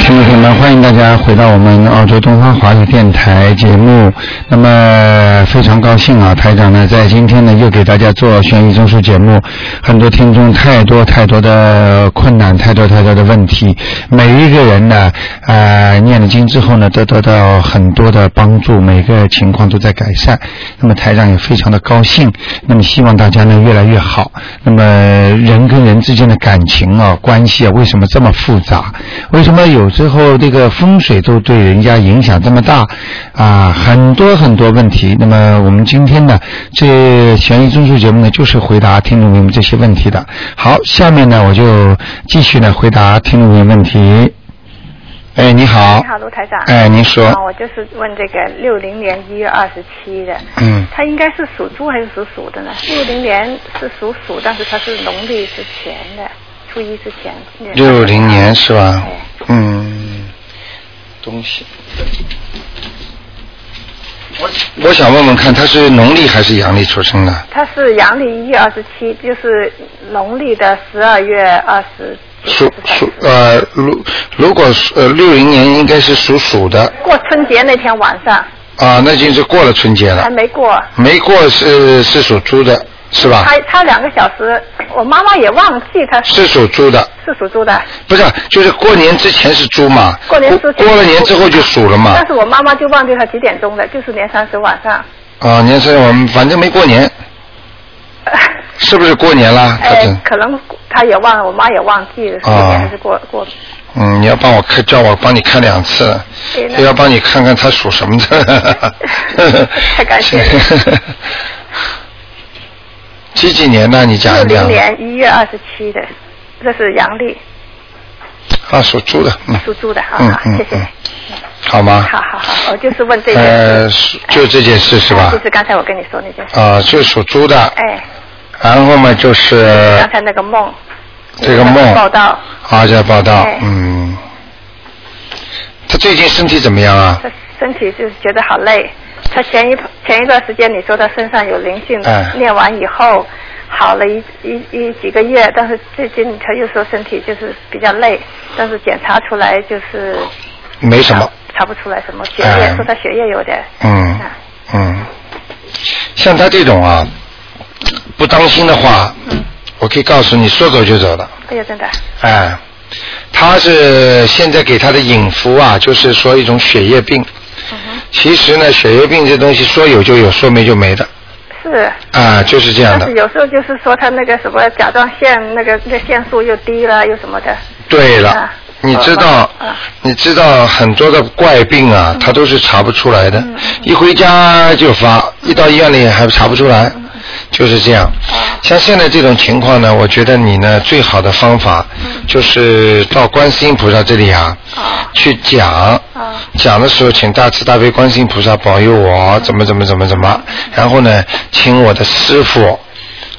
听众朋友们，欢迎大家回到我们澳洲东方华语电台节目。那么非常高兴啊，台长呢在今天呢又给大家做悬疑综述节目。很多听众太多太多的困难，太多太多的问题，每一个人呢，呃，念了经之后呢，都得到很多的帮助，每个情况都在改善。那么台长也非常的高兴。那么希望大家呢越来越好。那么人跟人之间的感情啊、关系啊，为什么这么复杂？为什么有时候这个风水都对人家影响这么大啊？很多很多问题。那么我们今天呢，这悬疑综述节目呢，就是回答听众朋友们这些问题的。好，下面呢，我就继续呢回答听众朋友问题。哎，你好你。好，卢台长。哎，您说啊，。我就是问这个六零年一月二十七的，嗯，他应该是属猪还是属鼠的呢？六零年是属鼠，但是他是农历之前的，初一之前。六零年是吧哎？嗯，东西。我我想问问看，他是农历还是阳历出生的？他是阳历一月二十七，就是农历的十二月二十属属呃，如如果是呃六零年应该是属鼠的过春节那天晚上啊，那就是过了春节还了，没过，没过是是属猪的，是吧？他他两个小时，我妈妈也忘记他是是属猪的，是属猪的。不是就是过年之前是猪嘛？过年之前过了年之后就属了嘛？但是我妈妈就忘记她几点钟的，就是年三十晚上。啊，年生日我们反正没过年，是不是过年啦？他啊这哎，可能她也忘了，我妈也忘记了，今年还是过过。嗯，你要帮我看，叫我帮你看两次，哎那又要帮你看看他属什么的。 太感谢了。 几几年呢？你讲六一讲零。年一月二十七的，这是阳历，啊，属猪的，嗯，属猪的，好嗯好，嗯谢谢嗯。好吗？好好好，我就是问这啊呃，个。属就这件事是吧啊就？是刚才我跟你说那件事。啊，就属猪的，哎，然后嘛就是刚才那个梦。这个梦报道，啊，这报道哎，嗯，他最近身体怎么样啊？她身体就是觉得好累。她前一前一段时间你说她身上有灵性，哎念完以后好了一一一几个月，但是最近她又说身体就是比较累，但是检查出来就是没什么，查不出来什么血液，哎说她血液有点嗯啊嗯，像他这种啊，不当心的话，我可以告诉你，说走就走的。哎呀真的，哎，他是现在给他的引服啊，就是说一种血液病。嗯哼，其实呢，血液病这东西说有就有，说没就没的是。啊，就是这样的但是。有时候就是说她那个什么甲状腺那个那腺素又低了又什么的，对了啊，你知道啊，嗯你知道很多的怪病啊，他都是查不出来的，一回家就发，嗯一到医院里还查不出来，就是这样。啊像现在这种情况呢，我觉得你呢最好的方法就是到观世音菩萨这里啊，嗯啊去讲。啊讲的时候，请大慈大悲观世音菩萨保佑我，怎么怎么怎么怎么，然后呢，请我的师傅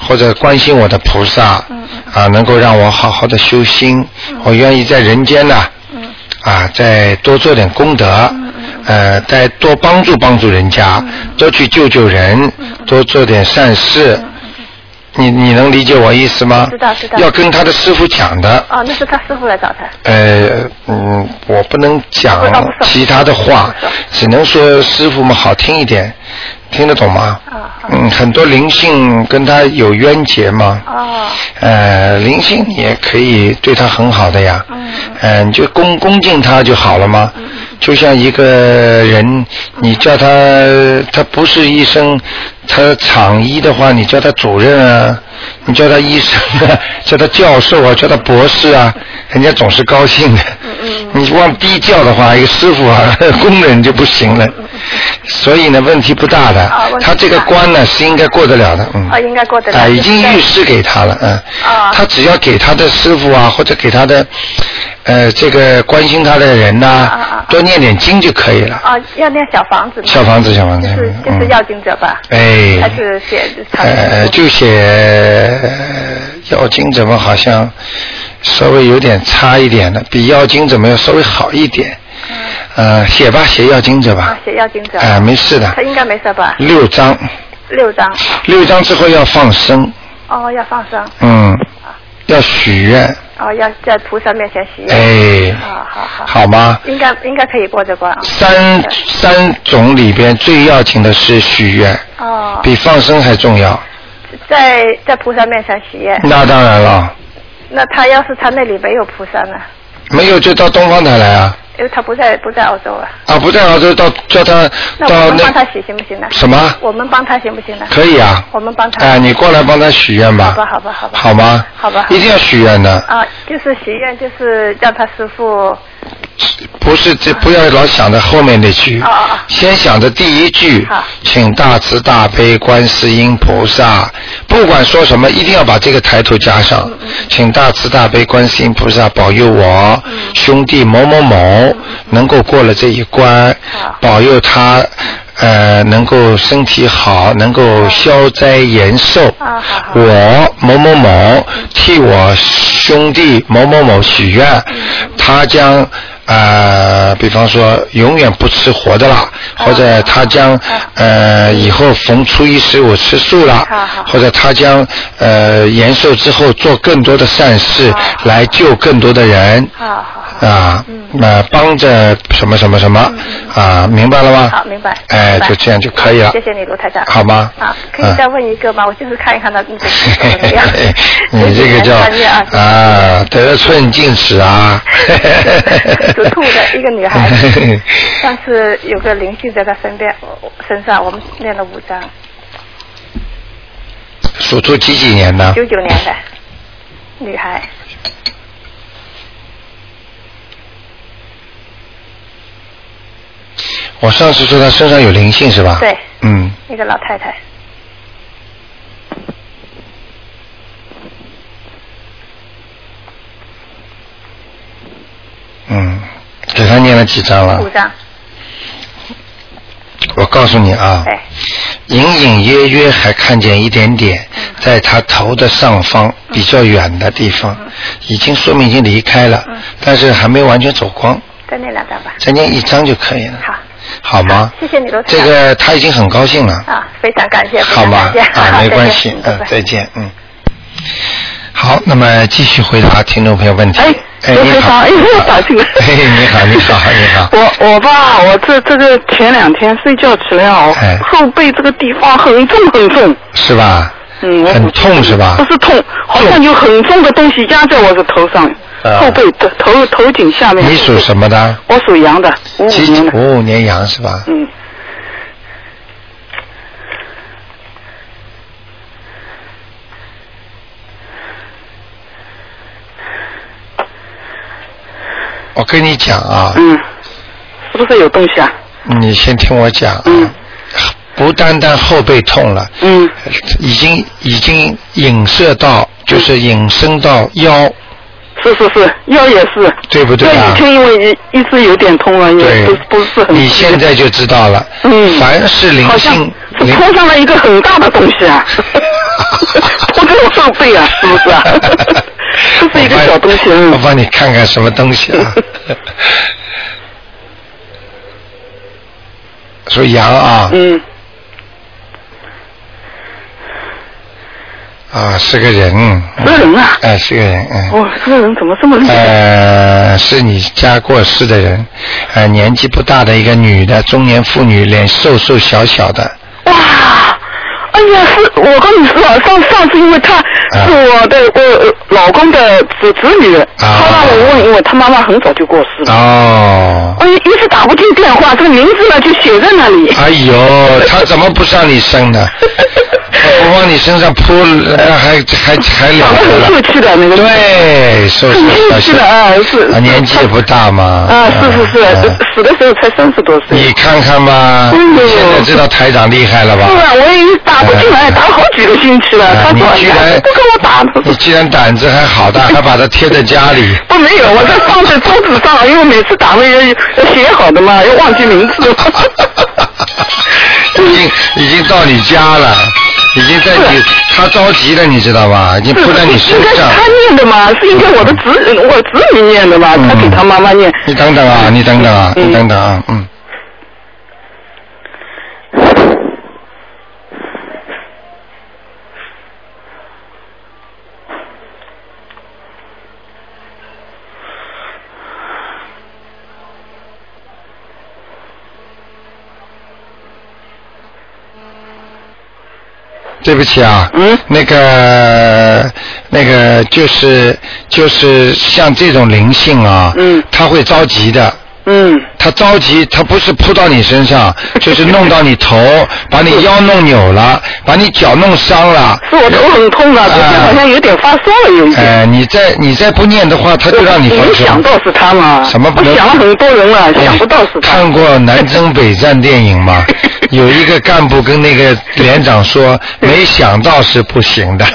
或者关心我的菩萨嗯嗯，啊，能够让我好好的修心，我愿意在人间呢，嗯啊，再多做点功德嗯嗯，呃，再多帮助帮助人家，多去救救人，嗯多做点善事。你你能理解我意思吗？知道知道要跟他的师傅讲的，哦那是她师傅来找她，呃，嗯，我不能讲不知道不知道其他的话不知道，只能说师傅们好听一点，听得懂吗？啊好嗯，很多灵性跟他有冤结嘛。哦呃，灵性你也可以对他很好的呀。嗯嗯，你就恭恭敬他就好了嘛。嗯嗯就像一个人，你叫他他不是医生，他厂医的话，你叫他主任啊，你叫他医生啊，叫他教授啊，叫他博士啊，人家总是高兴的。嗯嗯你往低叫的话，一个师傅啊， 工人就不行嗯了。所以呢，问题不大的啊问。题他这个不大关呢是应该过得了的，嗯。哦应该过得了啊，已经对预示给他了，嗯。啊他只要给他的师傅啊，或者给他的，呃，这个关心他的人呐、啊啊啊多念点经就可以了。哦要念小房子呢，小房子，小房就子，是就是嗯要经者吧，哎，还是写长呃，就写呃妖精怎么好像稍微有点差一点的，比妖精怎么要稍微好一点。呃，写吧，写妖精者吧嗯啊。写要经者，哎、没事的他。应该没事吧？六张，六张六张之后要放生，哦要放生嗯，啊，要许愿，哦，要在菩萨面前许愿。哎啊，好好。好吗？应该应该可以过这关啊。三对三种里边最要紧的是许愿，哦，比放生还重要。在在菩萨面前许愿。那当然了，那他要是他那里没有菩萨呢？没有就到东方台来啊因为他不在不在澳洲啊。啊！不在澳洲到叫他那到我们帮那他许行不行呢？什么我们帮他行不行呢？可以啊？我们帮他。哎，你过来帮他许愿吧好，吧，好吧，好吧。好吗？好吧好吧一定要许愿的，啊，就是许愿，就是让他师啊傅。不是这不要老想着后面那句哦，哦哦。先想着第一句好，请大慈大悲观世音菩萨，不管说什么，一定要把这个抬头加上，请大慈大悲观世音菩萨保佑我兄弟某某某能够过了这一关好，保佑他呃能够身体好，能够消灾延寿。啊好好我某某某替我兄弟某某某许愿，嗯他将呃，比方说永远不吃活的啦，啊或者他将呃以后逢初一十五吃素啦好好，或者他将呃延寿之后做更多的善事好好来救更多的人好好好。啊啊嗯，那帮着什么什么什么啊，明白了吗？好，明白。哎明，白就这样就可以了谢，谢你，卢台长。好吗？啊，可以嗯。再问一个吗？我就是看一看他那个怎么样 你这个叫就是前三月啊，！啊，得寸进尺啊 属兔的一个女孩 上次有个灵性在她身边我身上，我们念了五张， 啊属兔几几年的？九九年的女孩，我上次说她身上有灵性是吧？对。嗯，一个老太太，嗯，给她念了几张五了？张，我告诉你啊，哎，隐隐约约还看见一点点，嗯在她头的上方比较远的地方，已经说明已经离开了嗯，但是还没完全走光，再念两张吧。再念一张就可以了，好，好吗？谢谢你，卢台这长。个她已经很高兴了。啊，非常感谢，非好常吗感谢？啊，没关系，嗯再见拜，拜再见，嗯。好，那么继续回答听众朋友问题。哎，哎，刘你台好，长，哎，又打进来。哎，你好，你好，你好。 我我吧，我这这个前两天睡觉起来啊，哎后背这个地方很重很重，是吧？嗯，我很痛是吧不是痛，好像有很重的东西压在我的头上，啊后背的头头颈下面。你属什么的？我属羊的，五五七年的，五五年羊是吧？嗯，我跟你讲啊，嗯，是不是有东西啊？你先听我讲啊嗯，不单单后背痛了，嗯，已经已经影射到，就是嗯引申到腰，是是是，腰也是。对不对那啊以？前因为一一直有点痛了，也对嗯不是不是，很。你现在就知道了。嗯凡是灵好像性，是灵？拖上了一个很大的东西啊，拖着我后背啊，是不是啊 这是一个小东我西，帮我嗯，帮你看看什么东西 啊？属羊啊，嗯，啊是个人，是个人啊，哎是个人，嗯，哇，这个人怎么这么厉害？呃是你家过世的人，呃年纪不大的一个女的中年妇女，脸瘦瘦小小的，哇，哎呀，是我跟你说啊，上上次因为他啊是我的我呃老公的侄侄女，他让我问，因为他妈妈很早就过世啊了，哦，嗯哎，一直打不进电话，这个名字呢就写在那里，哎呦，她怎么不上你身 呢？不往你身上扑，呃还还还了长得了得很秀？气的那个，对，瘦很瘦小秀气小的，啊，是啊，年纪也不大嘛。啊，是是是，啊死的时候才三十多岁。你看看吧，嗯你现在知道台长厉害了吧是？啊，我也打不进来，嗯打好几个星期了，啊他你说哎居然不跟我打，你既然胆子还好 大，还把它贴在家里。我没有，我在放在桌子上，因为每次打了要要写好的嘛，要忘记名字了。已经已经到你家了，已经在你他着急了，你知道吧？已经扑 在你身应该是上。他念的嘛，是应该我的侄我侄女念的嘛，他给他妈妈念。嗯你等等啊，你等等啊，嗯你等等啊，嗯。对不起啊，嗯，那个那个就是就是像这种灵性啊，嗯，他会着急的。嗯，他着急，他不是扑到你身 上，就是弄到你头，把你腰弄扭了，把你脚弄伤了。是我头很痛啊，昨天好像有点发烧了，有一点。哎，你再你再不念的话，他就让你发没烧。想到是他嘛？什么不我能想了很多人了，想不到是他。哎看过南征北战电影 吗？有一个干部跟那个连长说，没想到是不行 的。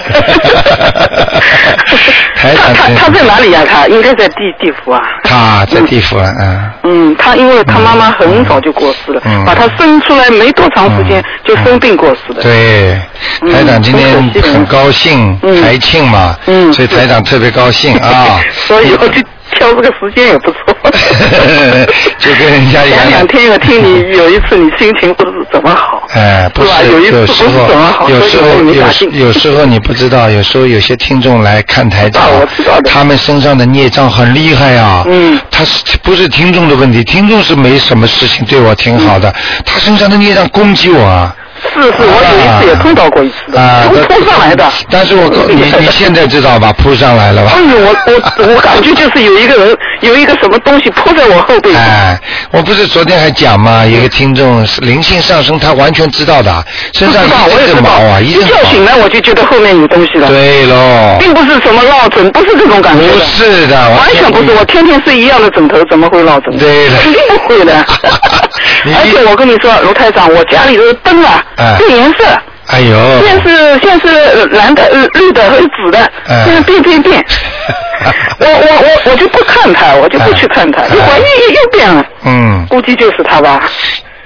台他长他真他在哪里呀、他应该在地地府啊。他在地府了，嗯。嗯，他因为他妈妈很早就过世了，嗯把他生出来没多长时间嗯就生病过世的。对，嗯台长今天很可惜很高兴，嗯台庆嘛，嗯，所以台长特别高兴啊。所以我就 挑这个时间也不错 就跟人家一样前 两天我啊听你有一次你心情不是怎么好，哎，不是吧有一次有不时是候怎么，好有时所以候我就没有打时进去有时候你不知道，有时候有些听众来看台长知道我知道，的他们身上的孽障很厉害啊。嗯他是不是听众的问题？听众是没什么事情对我挺好的，他身上的孽障攻击我啊。是是，嗯我有一次也碰到过一次啊的，，从但冲上来的。但是我告 你你现在知道吧？扑上来了吧？哎呦，我 我我感觉就是有一个人有一个什么东西扑在我后背上，哎，我不是昨天还讲嘛，有个听众是灵性上升，他完全知道的，身不知上道我一也阵知阵毛啊，道，一一阵觉醒毛。来我就觉得后面有东西了，对喽，并不是什么落枕，不是这种感觉的哦不是的，完全不是，我天天睡一样的枕头，怎么会落枕？对 了。肯定不会的 你而且我跟你说，卢台长，我家里的灯啊哎，变颜色，哎呦，现在是现在是蓝的、呃绿的和紫的，哎现在变变变。 我我我我就不看它，我就不去看它，哎一会儿又又又变了，嗯，估计就是它吧。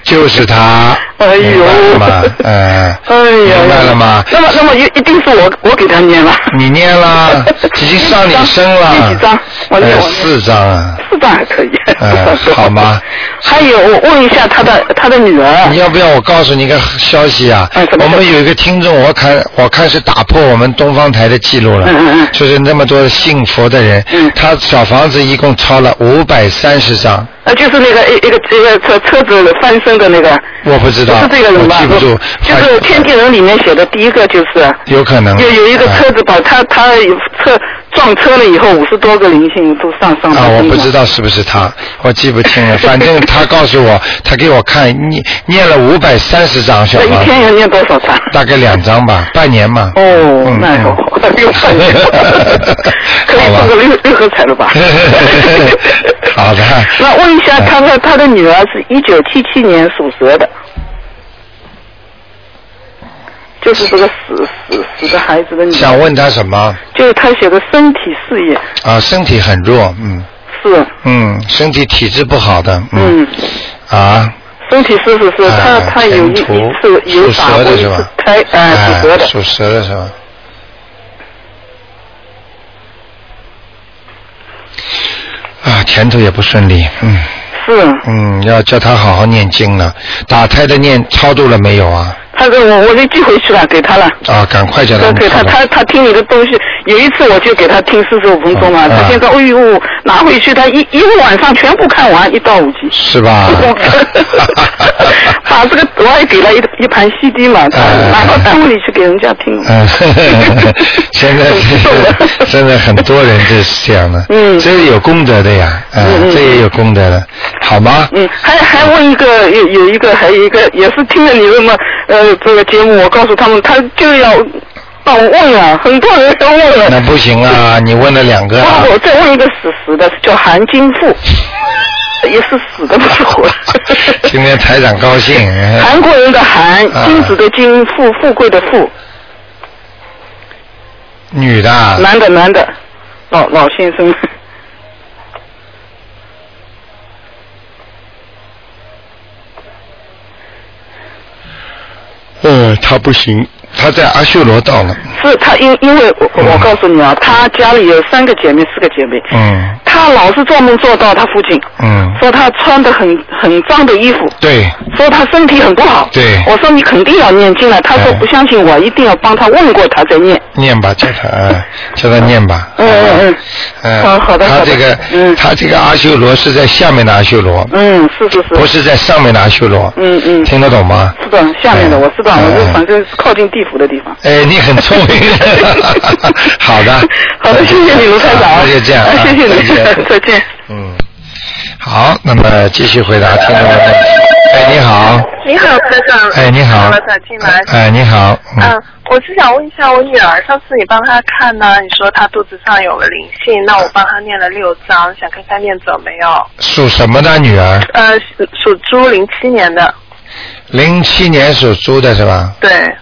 就是他，哎呦明白了吗？嗯，哎呀，明白了吗？那么那么一一定是我我给他念了。你念 啦，已经上你身了，念几张我念呃我念四张啊，四张还可以。嗯，好吗？ 还有，我问一下他的他的女你儿，要不要我告诉你一个消息啊？啊哎什么我消息们有一个听众，我看我看是打破我们东方台的记录了，嗯嗯嗯就是那么多信佛的人，嗯他小房子一共抄了五百三十张，呃，就是那个一一个一个车车子翻身的那个，我不知不道，是这个人啊我吧？记不住，就反是《天地人》里面写的第一个，就是有可能有有一个哎车子把他他有车撞车了以后，五十多个灵性都上上啊，他我身不上知道是不是他，我记不 清了。反正他告诉我，他给我看念念了五百三十张小这一房子，天要念多少张？大概两张吧，半年嘛。哦，那嗯？有六合可以中个六六合彩了吧 好的那问一下，嗯他的他的女儿是一九七七年属蛇的，就是这个死死死的孩子的女想儿，问他什么就是他写的身体事业啊？身体很弱，嗯是，嗯，身体体质不好的，嗯，啊，身体是是是，他哎他有一前途一次有属打蛇过的一是次吧？嗯胎，哎，属蛇的，啊属蛇的是吧？啊，前途也不顺利，嗯是，嗯，要叫他好好念经了。打胎的念超度了没有啊？他给我我给寄回去了，给他了。啊，赶快叫他对们对，超他度。他他听你的东西，有一次我就给他听四十五分钟嘛，嗯他现在哎呦拿回去，他一一个晚上全部看完，一到五集。？是吧 把这个我也给了一一盘 CD 嘛，他哎拿到单位里去给人家听。嗯， 现在 很重啊是现在很多人就是这样的，嗯这也有功德的呀，啊嗯嗯这也有功德的，好吗？嗯，还还问一个有有一个还有一个也是听了你那么呃这个节目，我告诉他们，他就要帮我问啊，很多人都问了。那不行啊， 你问了两个啊。然，后我再问一个死死的，叫韩金富，也是死的，不是活 的 今天台长高 兴，韩国人的韩，啊金子的金，富富贵的富，女的啊，男的男的，老老先 生，嗯，她不行，她在阿修罗道了，是他因因为我嗯我告诉你啊，他家里有三个姐妹，四个姐妹，嗯他老是做梦做到他父亲，嗯，说他穿的很很脏的衣服，对，说他身体很不好。对我说你肯定要念经啊了，他说哎不相信我，一定要帮他问过他再念。呃念吧，叫她，啊，叫她念吧，嗯嗯嗯，嗯，好好的他好的这个，嗯他这个阿修罗是在下面的阿修罗，嗯，是是不是，是在上面的阿修罗，嗯嗯，听得懂吗？是的，下面的嗯我知道，我就嗯反正是靠近地府的地方。哎，你很 聪明。 好的。好的，谢谢你，卢台长。那就这 样啊哎， 谢谢再你见，再见。嗯，好，那么继续回答听众的问题。哎，你好，你好，台长。哎，你好好了，打进来。哎，你好，嗯，嗯，我是想问一下，我女儿上次你帮她看呢，你说她肚子上有个灵性，那我帮她念了六章，想看看念走没有。属什么的女儿？呃，属属猪，零七年的，零七年属猪的是吧？对，啊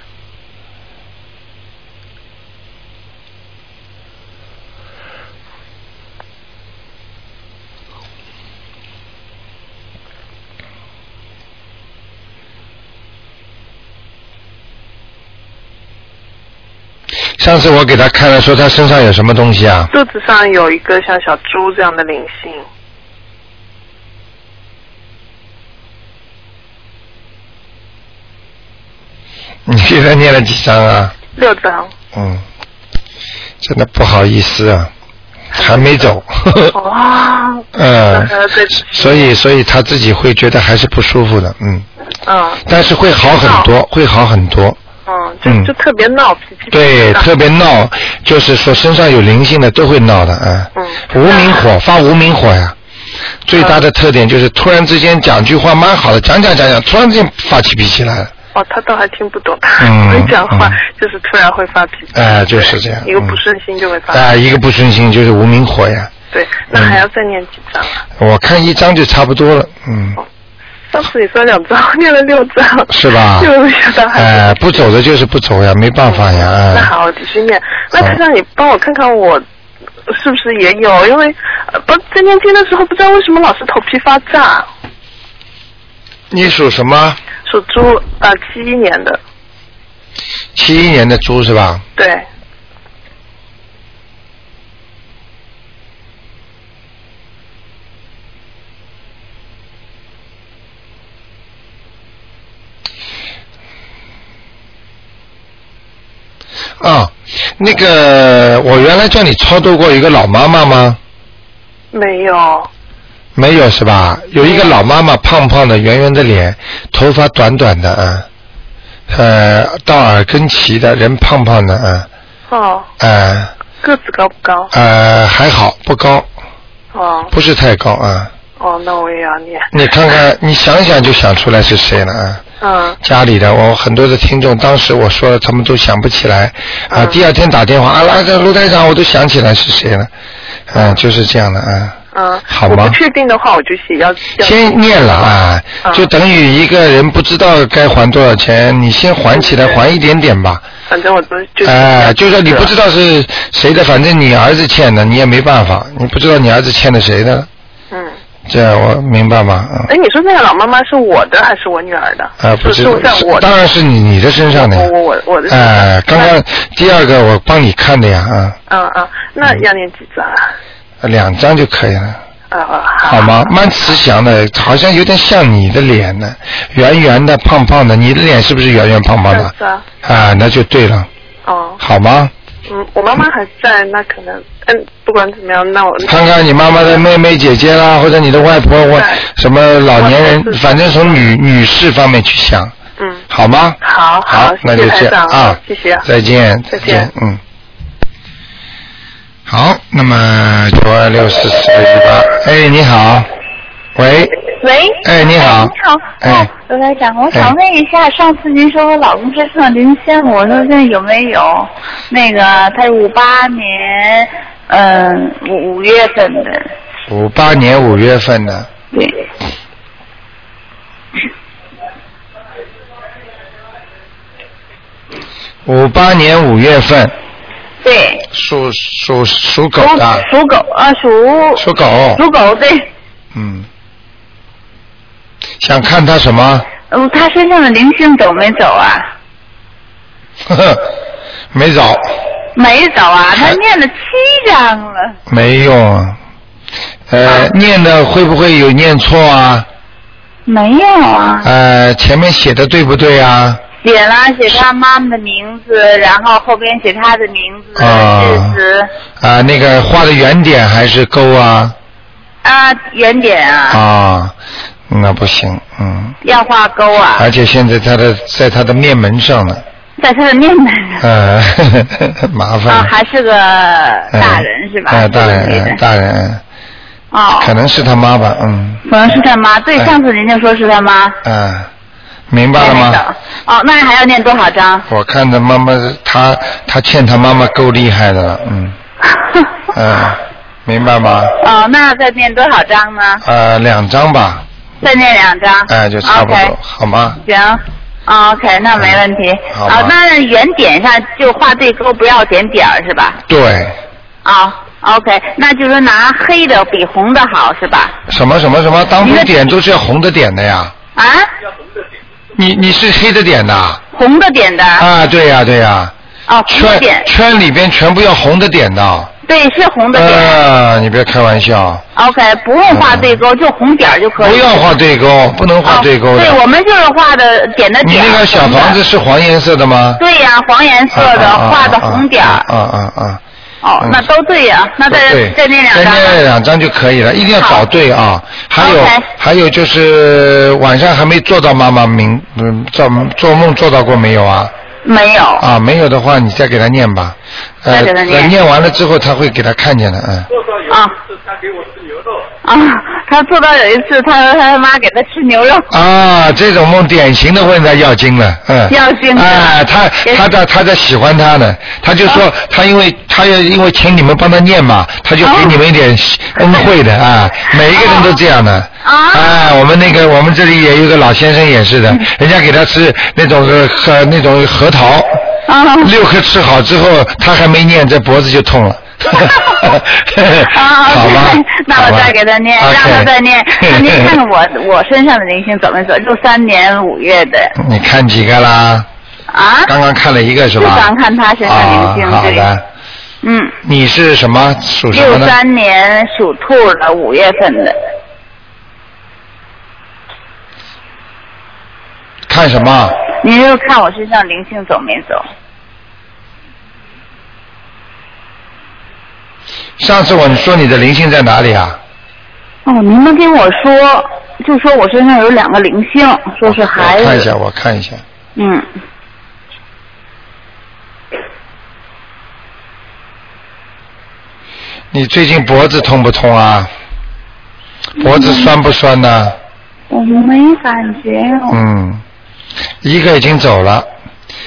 上次我给她看了，说她身上有什么东西啊？ 肚子上有一个像小猪这样的灵性。你给她念了几张啊？六张，嗯，真的不好意思啊，还没走。 呃哇，嗯呃对不起，所以所以她自己会觉得还是不舒服的，嗯，嗯但是会好很多，会好很多。嗯，嗯就就特别闹，脾气对，特别特别闹，就是说身上有灵性的都会闹的，啊。嗯无名火，发无名火呀。最大的特点就是突然之间讲句话蛮好的，讲讲讲讲，突然之间发起脾气来了。大哦，她倒还听不懂，嗯她会讲话嗯，就是突然会发脾气。哎就是这样一个不嗯顺心就会发啊、脾气。一个不顺心就是无名火呀。对，嗯那还要再念几张啊？我看一张就差不多了，嗯，哦上次你说两张，我念了六张，是吧？就没想到还哦哎、不走的就是不走呀，没办法呀。哎那好，我继续念。那好台长，你帮我看看我是不是也有？因为呃不在念经的时候，不知道为什么老是头皮发炸。你属什么？属猪，呃，七一年的，七一年的猪是吧？对，啊、那个我原来叫你超度过一个老妈妈吗？没有，没有是吧？有一个老妈妈，胖胖的，圆圆的脸，头发短短的啊，呃，到耳根齐的，人胖胖的啊，哦，呃个子高不高？呃还好，不高，哦，不是太高啊。哦，那我也要念。你看看，你想想就想出来是谁了啊？嗯，家里的我很多的听众，当时我说了，他们都想不起来啊。嗯第二天打电话啊，那个卢台长，我都想起来是谁了，啊嗯，就是这样的啊。嗯，好我吗不确定的话，我就写要要。先念了啊，嗯就等于一个人不知道该还多少钱，你先还起来，还一点点吧。反正我都就哎、就说你不知道。道是谁的，反正你儿子欠的，你也没办法，你不知道你儿子欠的谁的，嗯。这样我明白吗？嗯哎，你说那个老妈妈是我的还是我女儿的？啊，不知是是道我在，我是当然是你你的身上的呀。我哦我我我的身上啊哎、刚刚第二个我帮你看的呀，啊，嗯嗯，那要念几张啊？两张就可以了，啊啊，好吗？蛮慈祥的，好像有点像你的脸呢，圆圆的、胖胖的，你的脸是不是圆圆胖胖的？是啊，啊，那就对了，哦，好吗？嗯，我妈妈还在，那可能，嗯，不管怎么样，那我看看你妈妈的妹妹、姐姐啦，或者你的外婆，我对什么老年人我是，反正从女女士方面去想，嗯，好吗？好好，谢那就谢台这样长啊，谢谢，再见，再见，嗯。好，那么九二六四四六一八，哎，你好，喂，喂。哎，你好，你好，哎哎，罗台长，我想问一下，上次您说我老公身上零仙，我说现在有没有？那个他是五八年，嗯、五五月份的，五八年五月份的，对，五八年五月份，对，属属属狗属的，属狗啊，属属狗，属狗，对，嗯，想看他什么？ 嗯，他身上的灵性走没走啊？呵呵，没找，没走啊，哎他念了七章了，没用啊。呃，念的会不会有念错啊？没有啊，哎呃，前面写的对不对啊？写了写他妈妈的名字，然后后边写他的名字、啊日子啊，那个画的圆点还是勾啊？啊，圆点啊，啊，那不行，嗯，要画勾啊，而且现在他的在他的面门上呢，在他的面门上呃， 麻烦啊了，，还是个大人、嗯是吧？啊，大是个人，女嗯的大人，哦，可能是他妈吧，嗯，可能是他妈。对，哎上次您就说是他妈。啊，明白了还没吗找？哦，那还要念多少章？我看他妈妈，他他欠他妈妈够厉害的了，嗯，嗯，明白吗？ 哦，那再念多少章呢？呃，两张吧，再念两章。哎、就差不 OK 多，好吗？行。哦 OK，那没问题。嗯好啊、吧那圆点上就画对勾，不要点点儿是吧？对，啊、o k 那就说拿黑的比红的好是吧？什么什么什么，当你中的点都是要红的点的呀，啊，你你是黑的点的啊？红的点的。啊，对呀、对呀、哦，红的圈点，圈里边全部要红的点的。对，是红的点。啊，你别开玩笑， OK，不用画对勾，就红点儿就嗯不可以。要画对勾，不能画对勾哦的。对，我们就是画的点的你点儿。那个小红的房子。是黄颜色的吗？对呀、黄颜色的，啊啊啊画的红点儿。啊啊啊啊！哦，那都对呀、那再对，再念两张再念吧。两张就可以了，一定要好找对啊。还有 OK 还有就是晚上还没做到妈妈明，嗯，做做梦做到过没有啊？没有。啊，没有的话你再给他念吧。呃，再给他念呃完了之后他会给他看见的，嗯。啊。啊，他做到有一次，他他妈给他吃牛肉，啊，这种梦典型的问他要经了，嗯，要经了哎，他也他在他在喜欢他呢，他就哦说、他因为他要因为请你们帮他念嘛，他就给哦你们一点恩惠的啊，每一个人都这样的。啊哎，我们那个我们这里也有一个老先生也是的，嗯人家给他吃那种呃核那种核桃，啊，六颗吃好之后他还没念，这脖子就痛了。 啊，，好吧 那好我吧再给他念，让 OK 他 再念。那 您看看我我身上的灵性走没走？六三年五月的你看几个啦？啊，刚刚看了一个是就吧？刚看他身上灵性，啊、好对，的，嗯，你是什么属什么六呢？三年属兔的五月份的，看什么？您就看我身上灵性走没走？上次我说你的灵性在哪里啊？哦，您没跟我说，就说我身上有两个灵性，说是孩我看一子下，，我看一下。嗯，你最近脖子痛不痛啊？脖子酸不酸呢、我没感觉，哦嗯，一个已经走了，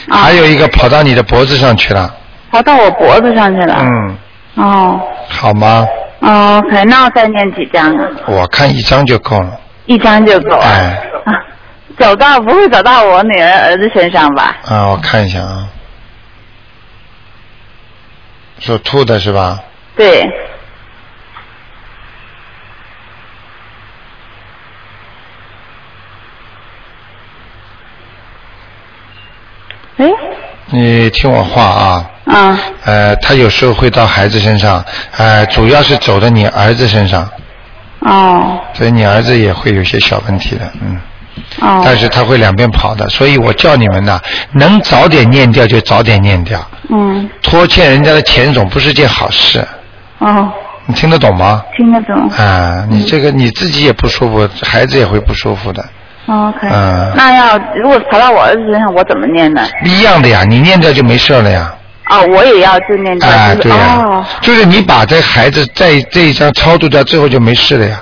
啊还有一个跑到你的脖子上去了。跑到我脖子上去了。嗯，哦好吗？哦，OK，那我再念几张啊？我看一张就够了。一张就够啊。哎，啊， 走到不会走到我女儿儿子身上吧？啊，我看一下啊。属兔的是吧？对，哎，你听我话啊。啊，呃，他有时候会到孩子身上，呃，主要是走到你儿子身上，哦，所以你儿子也会有些小问题的，嗯，哦，但是他会两边跑的，所以我叫你们呐，能早点念掉就早点念掉，嗯，拖欠人家的钱总不是件好事，哦，你听得懂吗？听得懂。啊，你这个你自己也不舒服，孩子也会不舒服的，哦 OK，、嗯那要如果跑到我儿子身上，我怎么念呢？一样的呀，你念掉就没事了呀。啊，我也要就念这个，啊，就是对呀、哦，就是你把这孩子在这一章超度掉，最后就没事了呀，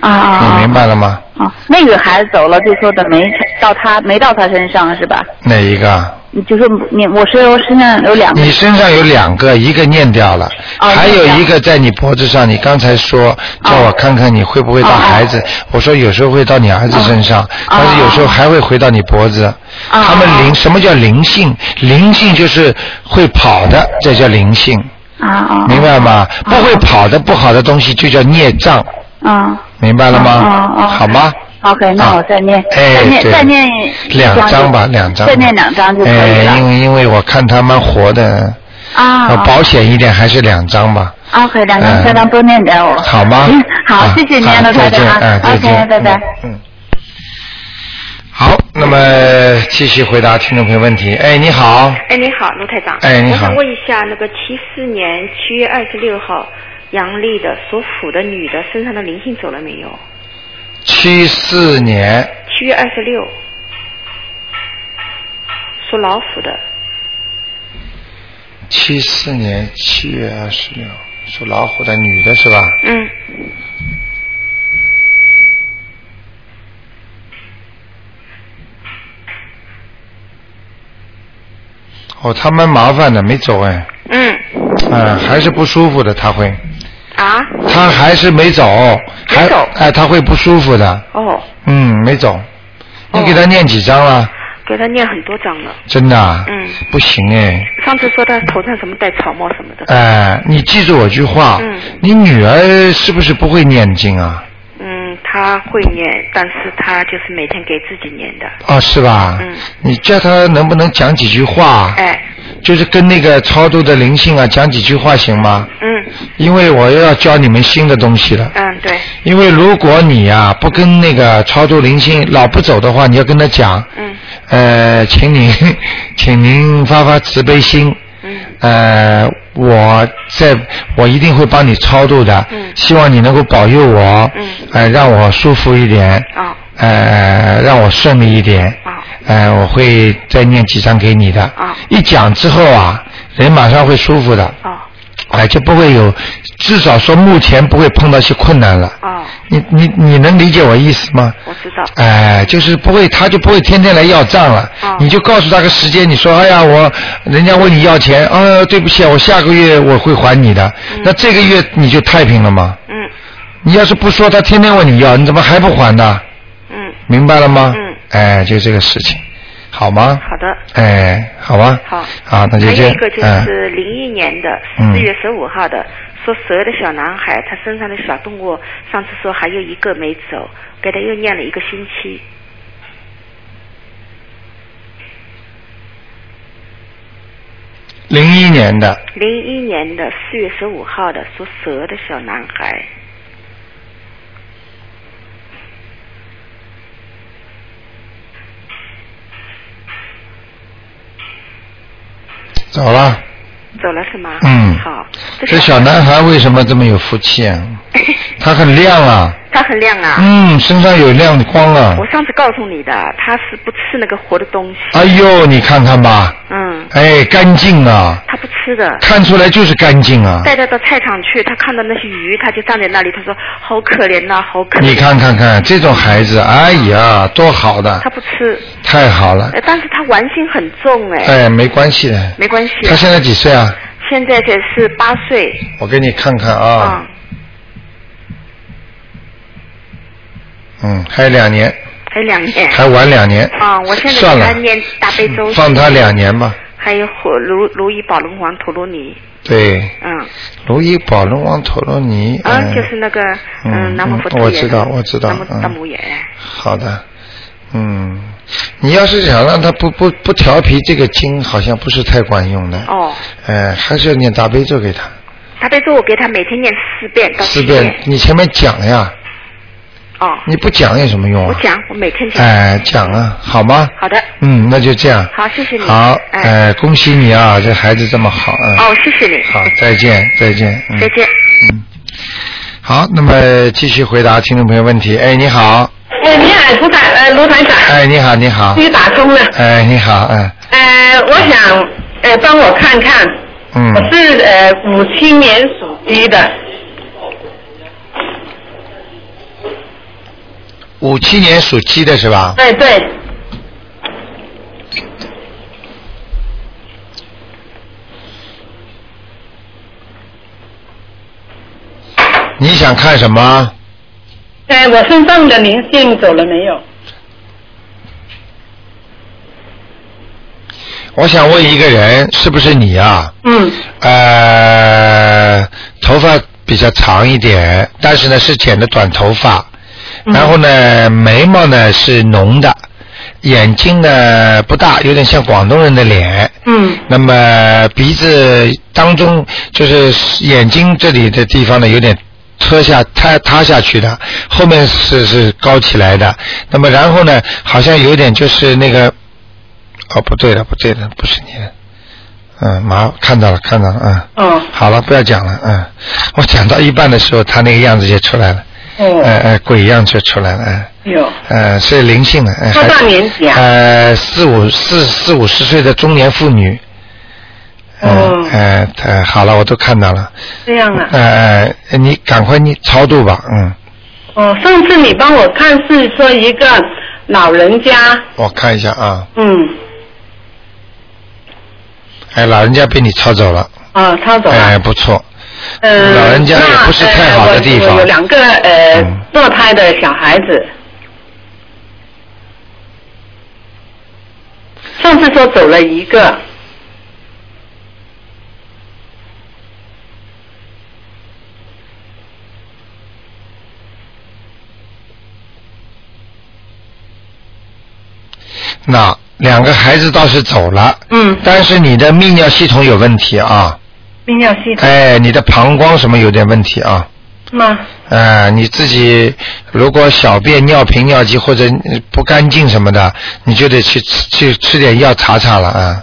啊啊，你啊明白了吗？哦，那个孩子走了，就说的没到他没到他身上是吧？哪一个啊？你就说你我身我身上有两个你身上有两个，一个念掉了，哦还有念掉哦一个在你脖子上。你刚才说叫我看看你会不会到孩子，我说有时候会到你儿子身上，哦但是有时候还会回到你脖子。他们灵，什么叫灵性？灵性就是会跑的，这叫灵性，啊啊明白吗？不会跑的不好的东西就叫孽障，啊明白了哦哦吗？哦好吗？ ，OK，那我再念，哎再念对再念一两张吧，就两张。再念两张就可以哎，因了为因为我看他蛮活的，啊要保险一点还是两张吧。 ，OK，两嗯张三张多念点我，好吗嗯？好啊，谢谢您，啊罗再台见，长啊，再，OK，见，拜拜。嗯。嗯好，那么继续回答听众朋友问题。哎，你好，哎，你好，卢台长。哎你好我想问一下，那个七四年七月二十六号阳历的属虎的女的身上的灵性走了没有？七四年七月二十六，属老虎的，七四年七月二十六，属老虎的女的是吧？嗯，哦，她蛮麻烦的，没走哎，嗯，啊、还是不舒服的，她会，啊，她还是没走，还没走哎，她会不舒服的，哦，嗯，没走。你给她念几张了？给她念很多张了。真的啊？嗯不行哎，上次说她头上什么戴草帽什么的，哎，你记住我句话，嗯你女儿是不是不会念经啊？嗯，她会念，但是她就是每天给自己念的。啊，是吧？嗯你叫她能不能讲几句话？哎，就是跟那个超度的灵性啊讲几句话行吗？嗯，因为我又要教你们新的东西了。嗯，对，因为如果你呀、不跟那个超度灵性老不走的话，你要跟他讲，嗯呃，请您， 请您发发慈悲心，嗯呃，我在我一定会帮你超度的，嗯希望你能够保佑我，嗯呃，让我舒服一点，啊呃，让我顺利一点，啊呃，我会再念几张给你的，啊一讲之后啊，人马上会舒服的，啊哎、就不会有，至少说目前不会碰到些困难了。啊，你你你能理解我意思吗？我知道。哎，就是不会，他就不会天天来要账了。哦你就告诉他个时间，你说，哎呀，我人家问你要钱，啊，对不起啊，我下个月我会还你的。那这个月你就太平了吗？嗯你要是不说，他天天问你要，你怎么还不还呢？嗯，明白了吗？嗯哎，就这个事情，好吗？好的。哎，好吧。好，啊，那就这还有样。一个就嗯是零一年的嗯四月十五号的，说蛇的小男孩，他身上的小动物，上次说还有一个没走，给他又念了一个星期。零一年的，零一年的四月十五号的，说蛇的小男孩，走了。走了是吗？嗯好，这小男孩为什么这么有福气 啊？他很亮啊，他很亮啊。嗯，身上有亮光啊我。上次告诉你的，他是不吃那个活的东西。哎呦，你看看吧，嗯，哎，干净啊，他不吃的。看出来就是干净啊。带他到菜场去，他看到那些鱼，他就站在那里，他说：“好可怜呐、好可怜。”你看看看，这种孩子，哎呀，多好的他，不吃，太好了。呃但是他玩性很重哎，哎，没关系的。没关系。他现在几岁啊？现在才是八岁我给你看看啊啊，，嗯，还有两年，还有两年还晚两年。啊。我现在算给了他，念大悲咒，放他两年吧。还有火如如意宝龙王陀罗尼，对，嗯如意宝龙王陀罗尼。啊，嗯就是那个嗯南无佛陀我爷知道我知道南嗯无大母爷，好的，嗯，你要是想让他不不不调皮，这个经好像不是太管用的。哦，哎，还是要念大悲咒给他大悲咒我给他每天念四遍到四七遍。你前面讲呀，哦，你不讲有什么用我啊？讲我每天讲，哎，讲啊，好吗？好的嗯，那就这样。好谢谢你好，哎哎，恭喜你啊，这孩子这么好啊。哦，谢谢你，好，再见，再见。嗯再。见。嗯。好，那么继续回答听众朋友问题。哎，你好，哎，你好，卢台呃，卢台长，哎，你好，你好终，于打通了。哎，你好，嗯呃，我想呃，帮我看看，嗯。我是呃五七年属鸡的，五七年属鸡的是吧？对对，你想看什么？呃，我身上的灵性走了没有？我想问一个人，是不是你啊？嗯，呃，头发比较长一点，但是呢是剪的短头发，嗯然后呢眉毛呢是浓的，眼睛呢不大，有点像广东人的脸。嗯那么鼻子当中就是眼睛这里的地方呢有点塌下塌塌下去的，后面是是高起来的。那么然后呢，好像有点就是那个，哦，不对了，不对了，不是你，嗯，马看到了，看到了，嗯。哦嗯好了，不要讲了，嗯，我讲到一半的时候，他那个样子就出来了，呃哦，呃，鬼样就出来了，嗯、有呃，是灵性的。呃、多还大年纪啊呃，四五四四五十岁的中年妇女。哦嗯，呃，呃，好了，我都看到了。这样啊。呃呃，你赶快你超度吧，嗯，哦，上次你帮我看是说一个老人家，我看一下啊，嗯，哎，老人家被你超走了，啊，他走了。哎，不错，嗯，老人家也不是太好的地那呃方我我有两个呃嗯堕胎的小孩子，上次说走了一个，那两个孩子倒是走了，嗯，但是你的泌尿系统有问题啊，泌尿系统哎，你的膀胱什么有点问题啊，吗？呃，你自己如果小便、尿频、尿急或者呃不干净什么的，你就得去吃去吃点药查查了啊。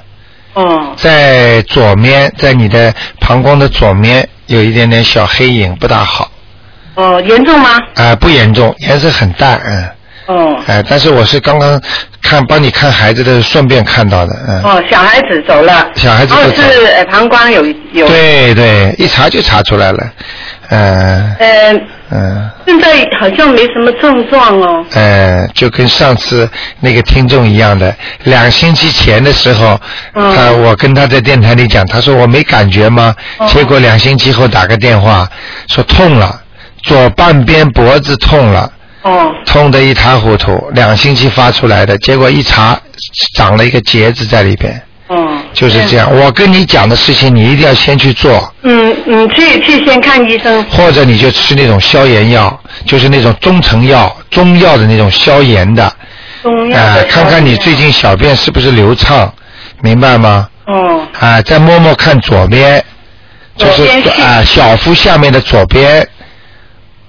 哦，在左面，在你的膀胱的左面有一点点小黑影，不大好。哦，严重吗？啊、不严重，颜色很淡，嗯，哦，哎、但是我是刚刚看帮你看孩子的，顺便看到的，嗯，哦，小孩子走了，小孩子都哦走是呃膀胱有有，对对，一查就查出来了，嗯、呃，嗯。现在好像没什么症状哦，呃，就跟上次那个听众一样的，两星期前的时候，嗯他我跟他在电台里讲，他说我没感觉吗？哦结果两星期后打个电话说痛了，左半边脖子痛了，哦，痛得一塌糊涂，两星期发出来的，结果一查长了一个结子在里边，哦，就是这样。我跟你讲的事情，你一定要先去做。嗯嗯，去去先看医生，或者你就吃那种消炎药，就是那种中成药、中药的那种消炎的，中药啊、的看看你消炎最近小便是不是流畅，明白吗？哦，啊、再摸摸看左边，就是左边是啊、小腹下面的左边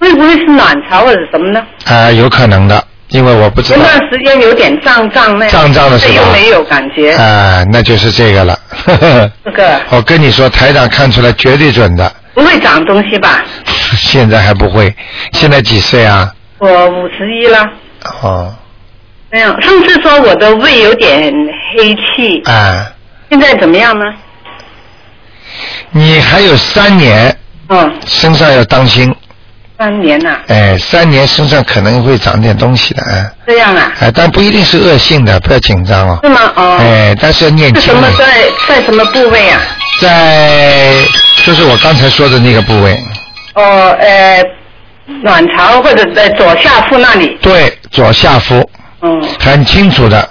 会不会是卵巢或者什么呢？啊、有可能的，因为我不知前道段时间有点胀胀那样胀胀的是吧又没有感觉，啊、那就是这个了。 呵呵这个我跟你说，台长看出来绝对准的， 不会长东西吧？现在还不会，现在几岁啊？我五十一了，哦，没有。上次说我的胃有点黑气，啊、现在怎么样呢？你还有三年，嗯，身上要当心。三年呐、哎，三年身上可能会长点东西的，哎，这样啊，哎，但不一定是恶性的，不要紧张哦是。吗？哦，哎，但是要念是经什么的，在在什么部位啊？在就是我刚才说的那个部位，哦，呃，卵巢或者在左下腹那里。对，左下腹，嗯，很清楚的，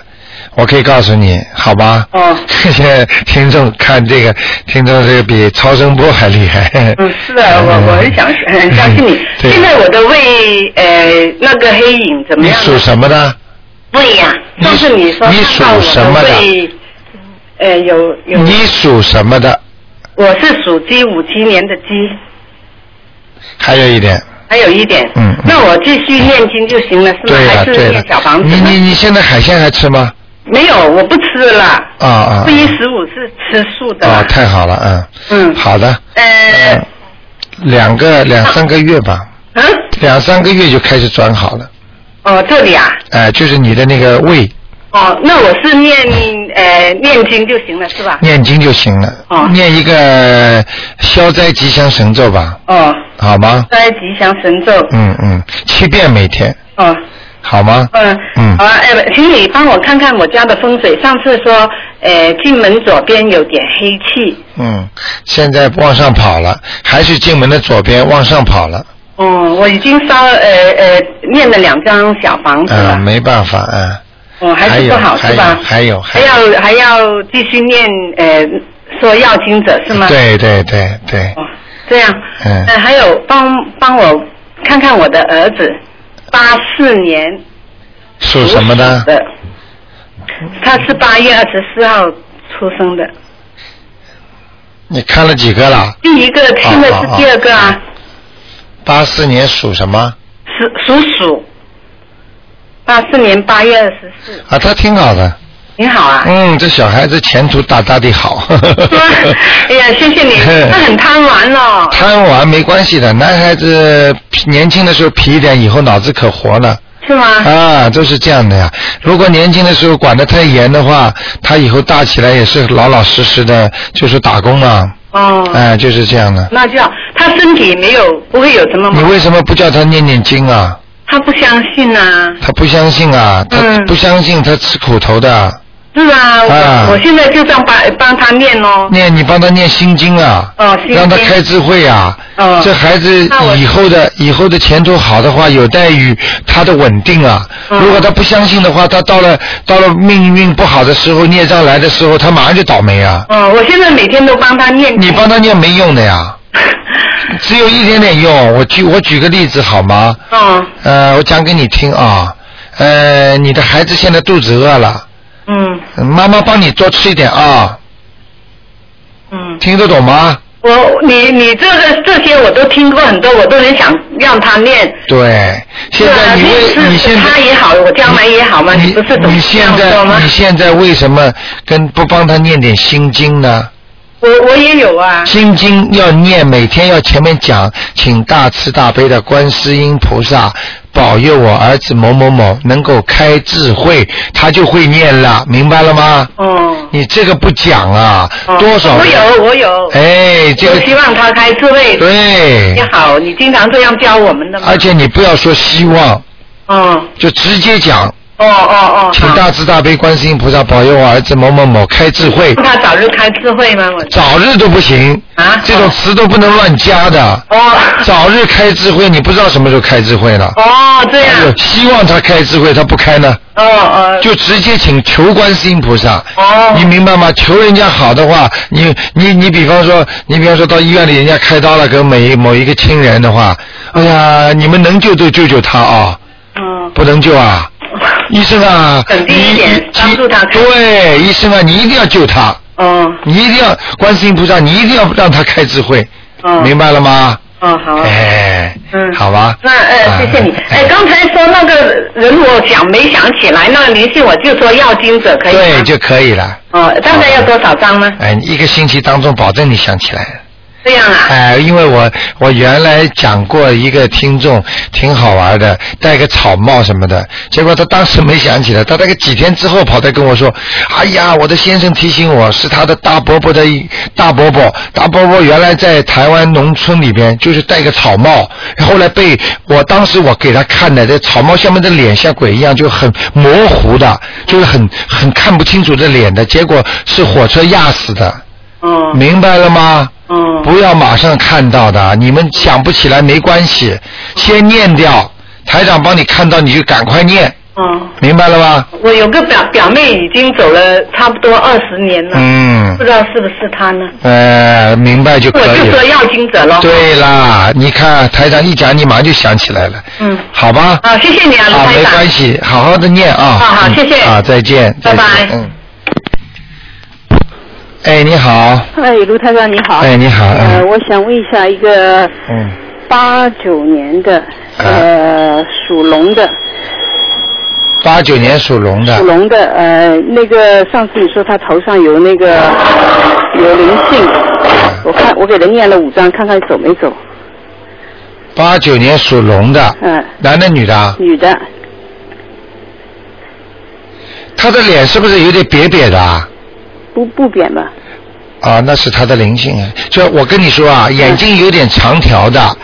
我可以告诉你，好吧？哦，现在 听众看这个，听众这个比超声波还厉害。嗯，是啊，我我很想很相信你。哎 对现在我的胃呃那个黑影怎么你样呢？属什么的？对呀、你上次你说你属什么的对，呃，有有，你属什么的？我是属鸡，五七年的鸡，还有一点，还有一点，嗯嗯那我继续念经就行了，是吗？对了还对是了念小房，子你呢？你你现在海鲜还吃吗？没有，我不吃了。啊啊！初一十五是吃素的。哦，太好了，嗯。嗯，好的，呃，嗯两个两三个月吧，嗯，两三个月就开始转好了，哦，这里啊，哎、就是你的那个胃哦，那我是念呃念经就行了，是吧？念经就行了，哦念一个消灾吉祥神咒吧，哦，好吗？斋吉祥神咒。嗯嗯，七遍每天，哦，好吗？嗯，嗯好啊，哎，请你帮我看看我家的风水。上次说，呃，进门左边有点黑气。嗯，现在往上跑了，还是进门的左边往上跑了，哦，我已经烧呃呃念了两张小房子嗯、了，没办法，嗯、哦还是不好还有是吧？还有还还有要还要继续念呃说要经者是吗？。对对对对，嗯哦，这样。嗯呃还有帮帮我看看我的儿子，八四年属什么的呢？？他是八月二十四号出生的。你看了几个了？啊哦第一个听的是第二个啊，八四年属什么？属属鼠，八四年八月二十四，啊，他挺好的，你 好啊。嗯，这小孩子前途大大的 好。哎呀，谢谢你，他很贪玩哦。 贪玩没关系的，男孩子皮年轻的时候皮一点，以后脑子可活了。是吗？啊，都是这样的呀。如果年轻的时候管得太严的话，他以后大起来也是老老实实的，就是打工嘛。哦，哎、就是这样的。那就好他身体没有不会有什么你毛，为什么不叫他念念经啊？他不相信啊，他不相信啊，他嗯不相信，他吃苦头的。是啊，啊我我现在就想帮帮他念哦，念你帮他念心经啊，哦，心让他经开智慧啊。哦这孩子那我以后的以后的前途好的话，有待于他的稳定啊。嗯如果他不相信的话，他到了到了命运不好的时候，孽障来的时候，他马上就倒霉啊。哦，我现在每天都帮他念。你帮他念没用的呀，只有一点点用。我举我举个例子好吗？哦，呃，我讲给你听啊，呃，你的孩子现在肚子饿了，嗯妈妈帮你多吃一点啊，嗯，听得懂吗？我你你这个这些我都听过很多，我都很想让他念。对，现在你是啊为你现在他也好，我将来也好嘛，你不是总你这现样说吗在你？现在为什么跟不帮他念点心经呢？我我也有啊，心经要念，每天要前面讲，请大慈大悲的观世音菩萨保佑我儿子某某某能够开智慧，他就会念了，明白了吗？哦，你这个不讲啊，哦多少？我有我有，哎，这我个希望他开智慧。对你，好，你经常这样教我们的嘛。而且你不要说希望，哦就直接讲，哦哦哦，请好大慈大悲观世音菩萨保佑我儿子某某某开智慧让，他早日开智慧吗？我早日都不行，啊，这种词都不能乱加的。哦早日开智慧，你不知道什么时候开智慧了。哦这哎样呦希望他开智慧，他不开呢，哦哦就直接请求观世音菩萨。哦你明白吗？求人家好的话，你你你比方说，你比方说到医院里人家开刀了，给每某一个亲人的话，哎呀，你们能救就救救他啊、哦不能救啊，医生啊，肯定一你点帮助他对，医生啊，你一定要救他，哦你一定要观世音菩萨，你一定要让他开智慧，哦明白了吗？哦好啊。哎，嗯好吧。啊那呃，谢谢你。哎，刚才说那个人，我想没想起来，那联系我就说要金者可以吗对就可以了。哦，大概要多少张呢？哎，一个星期当中，保证你想起来。这样啊？哎，因为我我原来讲过一个听众挺好玩的，戴个草帽什么的，结果他当时没想起来，他大概几天之后跑来跟我说：“哎呀，我的先生提醒我是他的大伯伯的一大伯伯，大伯伯原来在台湾农村里边就是戴个草帽，后来被我当时我给他看的，这草帽下面的脸像鬼一样，就很模糊的，就是很很看不清楚的脸的，结果是火车压死的，嗯哦明白了吗？”哦不要马上看到的，你们想不起来没关系，先念掉。台长帮你看到，你就赶快念，哦，明白了吧？我有个表表妹已经走了差不多二十年了，嗯不，知道是不是她呢？呃，明白就我可以就说了。要金者咯。对啦，你看台长一讲，你马上就想起来了，嗯，好吧？好，谢谢你啊，卢好，台没长。关系，好好的念啊。好好嗯谢谢啊，再见。再见拜拜嗯。哎，你好。哎，卢台长你好。哎，你好。呃，嗯我想问一下一个嗯，八九年的、呃属龙的八九年属龙的属。龙的呃那个上次你说他头上有那个嗯有灵性，我看我给他念了五张，看看走没走。八九年属龙的，嗯、男的女的啊？女的他的脸是不是有点瘪瘪的啊？不不扁吧？啊，那是他的灵性啊。就我跟你说啊，眼睛有点长条的，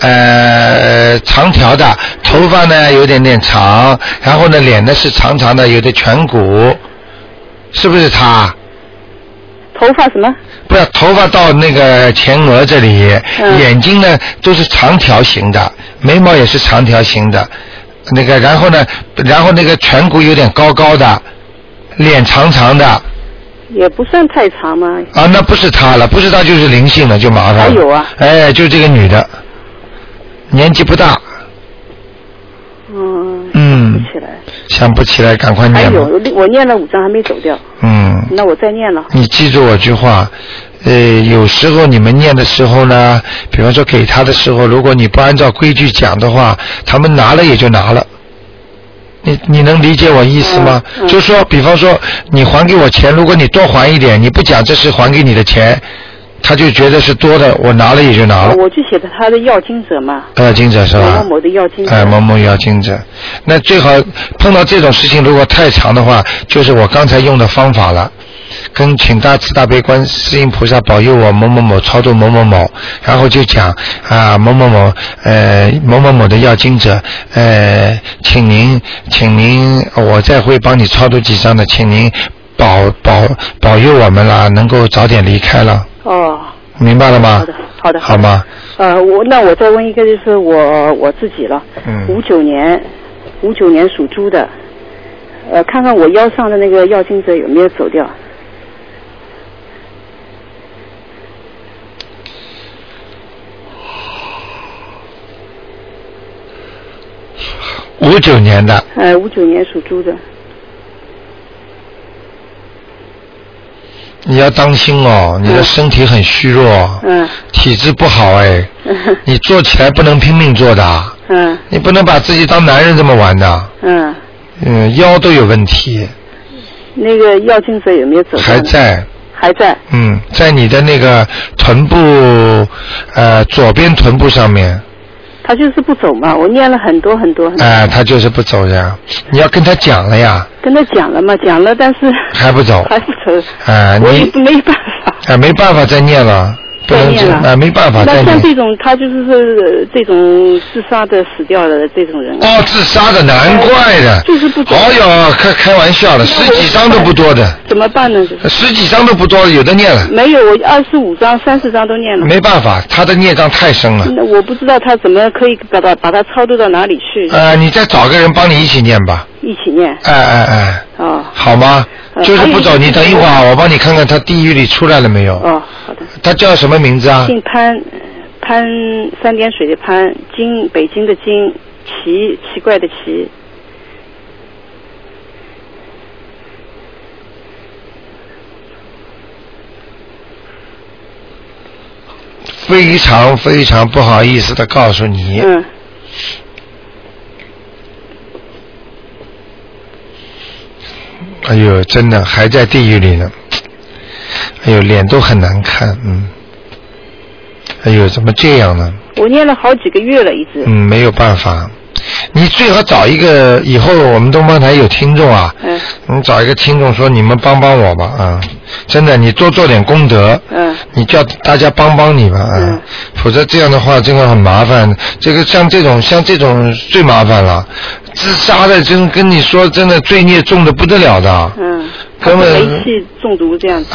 呃，长条的，头发呢有点点长，然后呢脸呢是长长的，有点颧骨，是不是他？头发什么？不是，头发到那个前额这里，嗯眼睛呢都是长条形的，眉毛也是长条形的，那个然后呢，然后那个颧骨有点高高的，脸长长的，也不算太长嘛。啊，那不是他了，不是他就是灵性了，就麻烦了。还有啊哎，就这个女的，年纪不大，嗯，嗯想不起来。想不起来，赶快还念吧。有我念了五张还没走掉，嗯，那我再念了。你记住我句话，呃，有时候你们念的时候呢，比方说给他的时候，如果你不按照规矩讲的话，他们拿了也就拿了。你你能理解我意思吗？嗯就说，比方说你还给我钱，如果你多还一点，你不讲这是还给你的钱，他就觉得是多的，我拿了也就拿了。哦我就写的他的要经者嘛，呃，金者是吧？某某某的要经者。哎，某某要精者，那最好碰到这种事情，如果太长的话，就是我刚才用的方法了。跟请大慈大悲观世音菩萨保佑我某某某超度某某某，然后就讲啊某某某呃某某某的要经者呃，请您请您我再会帮你超度几张的，请您保保保佑我们啦，能够早点离开了，哦，明白了吗好的？好的好吗？呃，我那我再问一个，就是我我自己了，五嗯，九年，五九年属猪的，呃，看看我腰上的那个药精者有没有走掉？五九年的，呃，五九年属猪的，你要当心哦，你的身体很虚弱。嗯体质不好哎，嗯你做起来不能拼命做的，嗯你不能把自己当男人这么玩的，嗯，嗯，腰都有问题，那个药精者有没有走掉呢？还在，还在，嗯，在你的那个臀部，呃，左边臀部上面，他就是不走嘛，我念了很多很多很多，哎、他就是不走呀，你要跟他讲了呀，跟他讲了嘛，讲了，但 是还不走，还不走，哎、我也你，没办法。哎、没办法再念了，不再能念了啊、没办法再那像念。这种，他就是说这种自杀的、死掉的这种人，啊哦，自杀的，难怪的。就是不走哎呦，开开玩笑的，十几张都不多的，怎么办呢？就是十几张都不多，有的念了。没有，我二十五章、三十章都念了。没办法，他的孽障太深了。那我不知道他怎么可以把它把它超度到哪里去，呃，你再找个人帮你一起念吧。一起念哎哎哎，哦好吗？呃就是不还走，有一个你等一会儿啊，我帮你看看他地狱里出来了没有。哦，好的。他叫什么名字啊？姓潘，潘三点水的潘，金北京的金，奇奇怪的奇，非常非常不好意思的告诉你，嗯，哎呦，真的还在地狱里呢。哎呦，脸都很难看，嗯。哎呦，怎么这样呢？我念了好几个月了，一直，嗯，没有办法。你最好找一个，以后我们东方台有听众啊，嗯你找一个听众说你们帮帮我吧啊！真的，你多做点功德，嗯你叫大家帮帮你吧啊！嗯否则这样的话真的很麻烦。这个像这种像这种最麻烦了，自杀的真跟你说真的罪孽重的不得了的啊、嗯，根本啊他是煤气中毒这样子，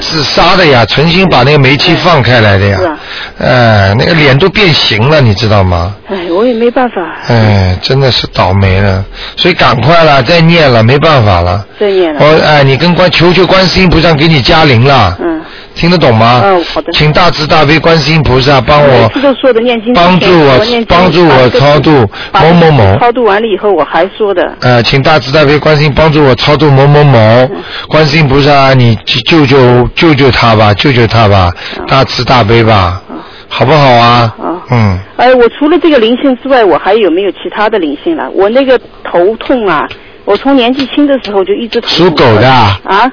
自杀的呀，存心把那个煤气放开来的呀是啊，呃，那个脸都变形了，你知道吗？哎，我也没办法哎，真的是倒霉了，所以赶快了，再念了，没办法了。再念了，我哎，你跟观求求观世音菩萨给你加灵了，嗯，听得懂吗？嗯好的请大慈大悲观世音菩萨帮每我次都说的念经之前，帮助我念经帮助我超度把这个某某某超度完了以后，我还说的，呃，请大慈大悲观世音帮助我超度某某嗯某，观世音菩萨，你救救救救他吧，救救他吧，嗯大慈大悲吧，好不好啊好？嗯，哎，我除了这个灵性之外，我还有没有其他的灵性了？我那个头痛啊，我从年纪轻的时候就一直头痛属狗的啊啊，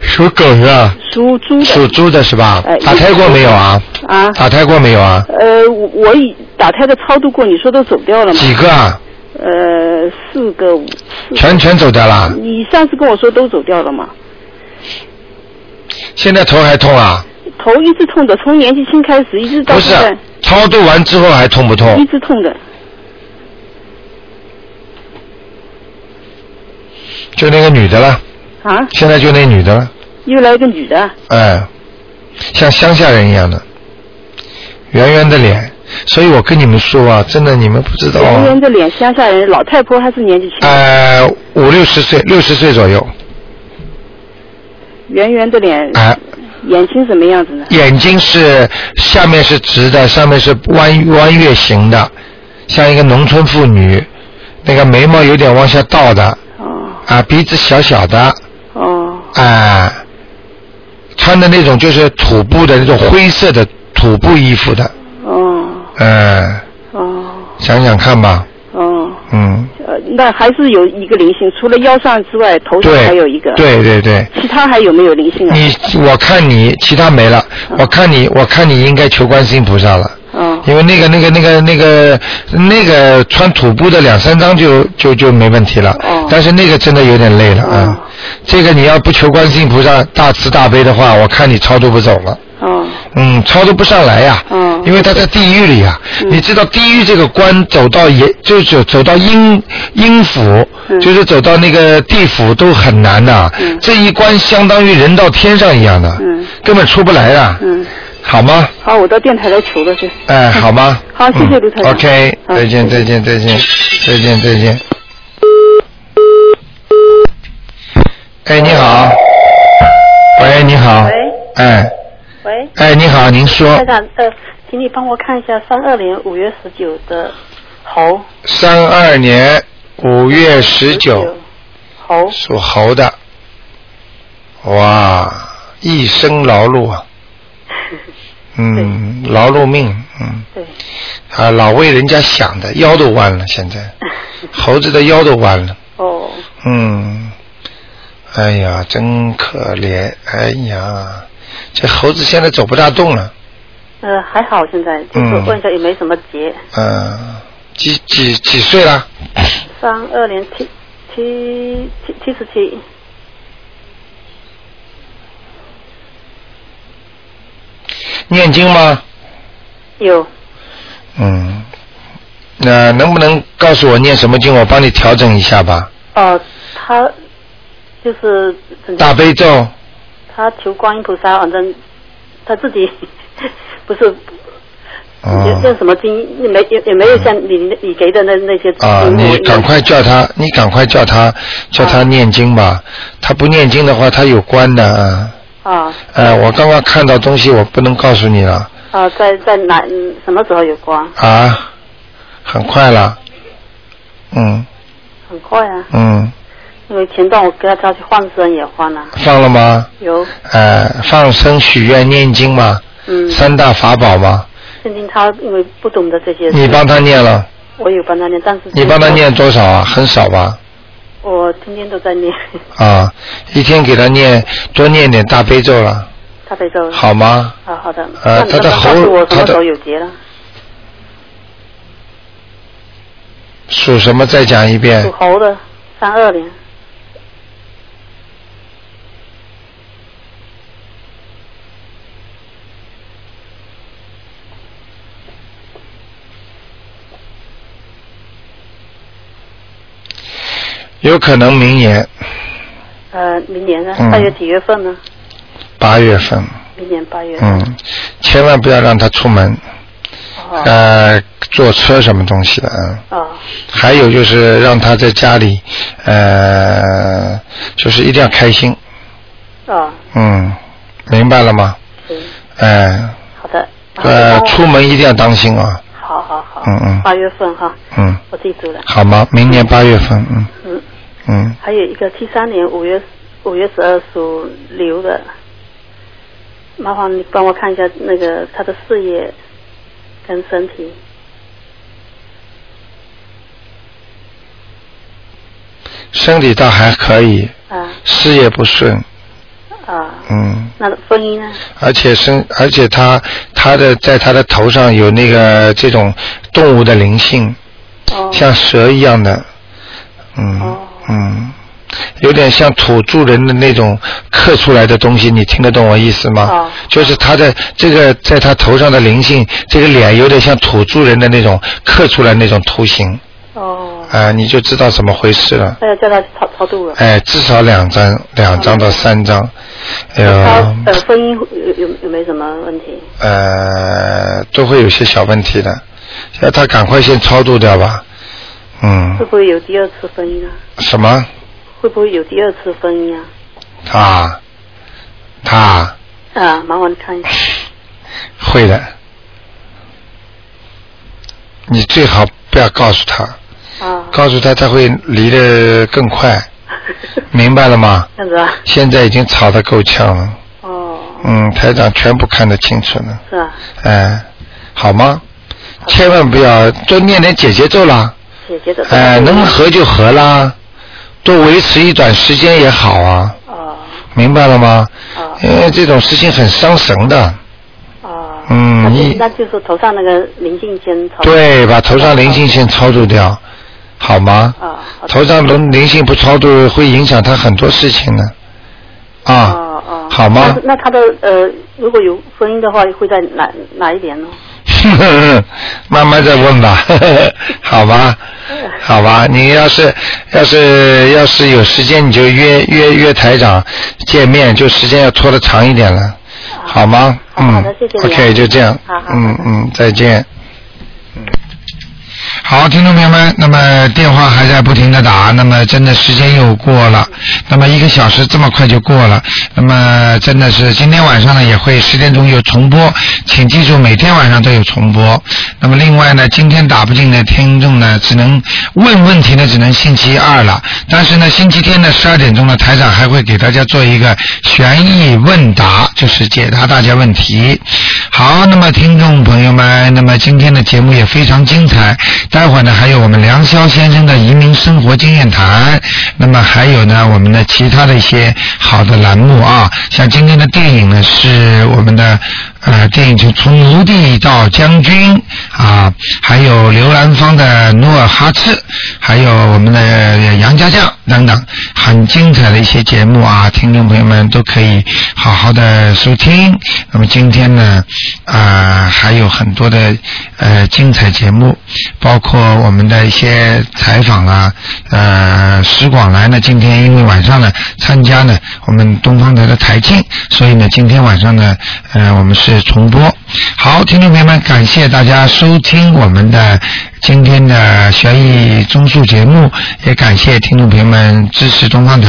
属狗的，属猪的属猪的是吧哎？打胎过没有啊？啊。打胎过没有啊？呃，我我已打胎的超度过，你说都走掉了吗？几个啊？呃，四个五四全全走掉了，你上次跟我说都走掉了嘛？现在头还痛啊？头一直痛的，从年纪轻开始一直到不现是在，，超度完之后还痛不一痛？直痛的。就那个女的了，啊，现在就那女的了，又来一个女的，哎，像乡下人一样的，圆圆的脸。所以我跟你们说啊，真的你们不知道、圆啊圆，的脸，乡下人，老太婆还是年纪轻，呃，五六十岁，六十岁左右，圆圆的脸，哎、眼睛什么样子呢？眼睛是下面是直的，上面是弯弯月形的，像一个农村妇女，那个眉毛有点往下倒的，哦啊，鼻子小小的，哦，啊，穿的那种就是土布的那种灰色的土布衣服的，哦呃，哦想想看吧，哦，嗯，呃，那还是有一个灵性，除了腰上之外，头上对，还有一个，，对对对，其他还有没有灵性啊？你我看你其他没了，我看你我看你应该求观世音菩萨了。哦因为那个那个那个那个那个穿土布的两三张就就就没问题了，哦但是那个真的有点累了啊、哦这个你要不求观世音菩萨大慈大悲的话，我看你超度不走了，哦嗯，超度不上来呀、哦因为他在地狱里呀、嗯你知道地狱这个关走到也就是走走到阴阴府，嗯就是走到那个地府都很难的、嗯这一关相当于人到天上一样的，嗯根本出不来啊，嗯，好吗？好，我到电台来求了，就是。哎，好吗？嗯好谢谢卢台长 OK，好再见，再见，再见，再见，再见。哎，你好。喂，你好。喂。哎，喂，哎，你好，您说台。长，呃，请你帮我看一下三二年五月十九的猴三二年五月十九，猴 属猴的。哇，一生劳碌啊。嗯，劳碌命，嗯，对，啊，老为人家想的，腰都弯了， 现在，猴子的腰都弯了。哦，嗯，哎呀，真可怜！哎呀，这猴子现在走不大动了。呃，还好现在，就是嗯问一下有没有什么结？嗯，几几几岁了？三二年七七七七十七，念经吗？有嗯，那能不能告诉我念什么经？我帮你调整一下吧。哦，他就是怎么大悲咒，他求观音菩萨，反正他自己不是。哦用什么经也没也也没有像你你给的那那些经嗯啊，你我赶快叫他，你赶快叫他，叫他啊念经吧。他不念经的话，他有关的啊。啊呃，我刚刚看到东西，我不能告诉你了啊，在在哪嗯什么时候有关？啊，很快了，嗯。很快啊，嗯，因为前段我给他叫去换针也换了，放了吗？有呃，放生、许愿、念经嘛，嗯，三大法宝嘛，现今他因为不懂得这些，你帮他念了，我有帮他念，但是你帮他，念多少啊？很少吧？我天天都在念 啊，一天给他念多念点大悲咒了，大悲咒。好吗？啊，好的。呃那你他的能不能告喉诉我什他么的时候有结了？属什么？再讲一遍属。猴的，三二年。有可能明年呃，明年呢？嗯大约几月份呢？八月份，明年八月。。嗯，千万不要让他出门，哦。呃，坐车什么东西的，嗯。哦。还有就是让他在家里，呃，就是一定要开心，哦。嗯，明白了吗？行，哎、好的。呃然，后出门一定要当心啊，好好好。嗯嗯八月份哈，嗯，我记住了。好吗？明年八月份，嗯嗯。嗯，还有一个七三年五月五月十二属牛的，麻烦你帮我看一下那个他的事业跟身体。身体倒还可以，啊事业不顺，啊，嗯，那婚姻呢？而且身，而且他他的在他的头上有那个这种动物的灵性，哦，像蛇一样的，嗯、哦嗯，有点像土著人的那种刻出来的东西，你听得懂我意思吗？哦就是他的这个在他头上的灵性，这个脸有点像土著人的那种刻出来那种图形哦，啊、你就知道怎么回事了。那要叫他超超度了。哎，至少两张，两张到三张，哎呦，他呃，婚姻有有有没什么问题？呃，都会有些小问题的，要他赶快先超度掉吧。嗯会，不会有第二次婚姻啊？什么会不会有第二次婚姻啊？啊？他啊啊，麻烦你看一下。会的，你最好不要告诉他，啊，告诉他他会离得更快，明白了吗？ 这样子啊？现在已经吵得够呛了，哦，嗯，台长全部看得清楚呢。是啊吧？哎，好吗？千万不要多念点姐姐咒啦，姐姐的。哎，能合就合啦，多维持一段时间也好啊。哦明白了吗？啊因为这种事情很伤神的。哦那嗯，就是你那就是头上那个灵性先操作对，把头上灵性先超度掉，好吗？哦头上灵灵性不超度，会影响他很多事情的。啊，好吗？哦那那他的呃，如果有婚姻的话，会在哪哪一点呢？ 慢慢再问吧，好吧，好吧。你要是要是要是有时间，你就约约约台长见面，就时间要拖得长一点了，好吗？嗯，好的谢谢你啊 OK，就这样。好好嗯嗯，再见。好，听众朋友们，那么电话还在不停的打，那么真的时间又过了，那么一个小时这么快就过了，那么真的是今天晚上呢也会十点钟有重播，请记住每天晚上都有重播。那么另外呢，今天打不进的听众呢，只能问问题呢，只能星期二了，但是呢，星期天呢十二点钟呢，台长还会给大家做一个悬疑问答，就是解答大家问题。好，那么听众朋友们，那么今天的节目也非常精彩，待会儿呢还有我们梁霄先生的移民生活经验谈，那么还有呢我们的其他的一些好的栏目啊，像今天的电影呢是我们的呃电影就从奴隶到将军啊，还有刘兰芳的努尔哈赤，还有我们的杨家将等等，很精彩的一些节目啊，听众朋友们都可以好好的收听。那么今天呢，啊、还有很多的呃精彩节目，包括我们的一些采访啊，呃，石广来呢，今天因为晚上呢参加呢我们东方台的台庆，所以呢今天晚上呢，呃，我们是重播。好，听众朋友们，感谢大家收听我们的今天的悬疑综述节目，也感谢听众朋友们支持东方台。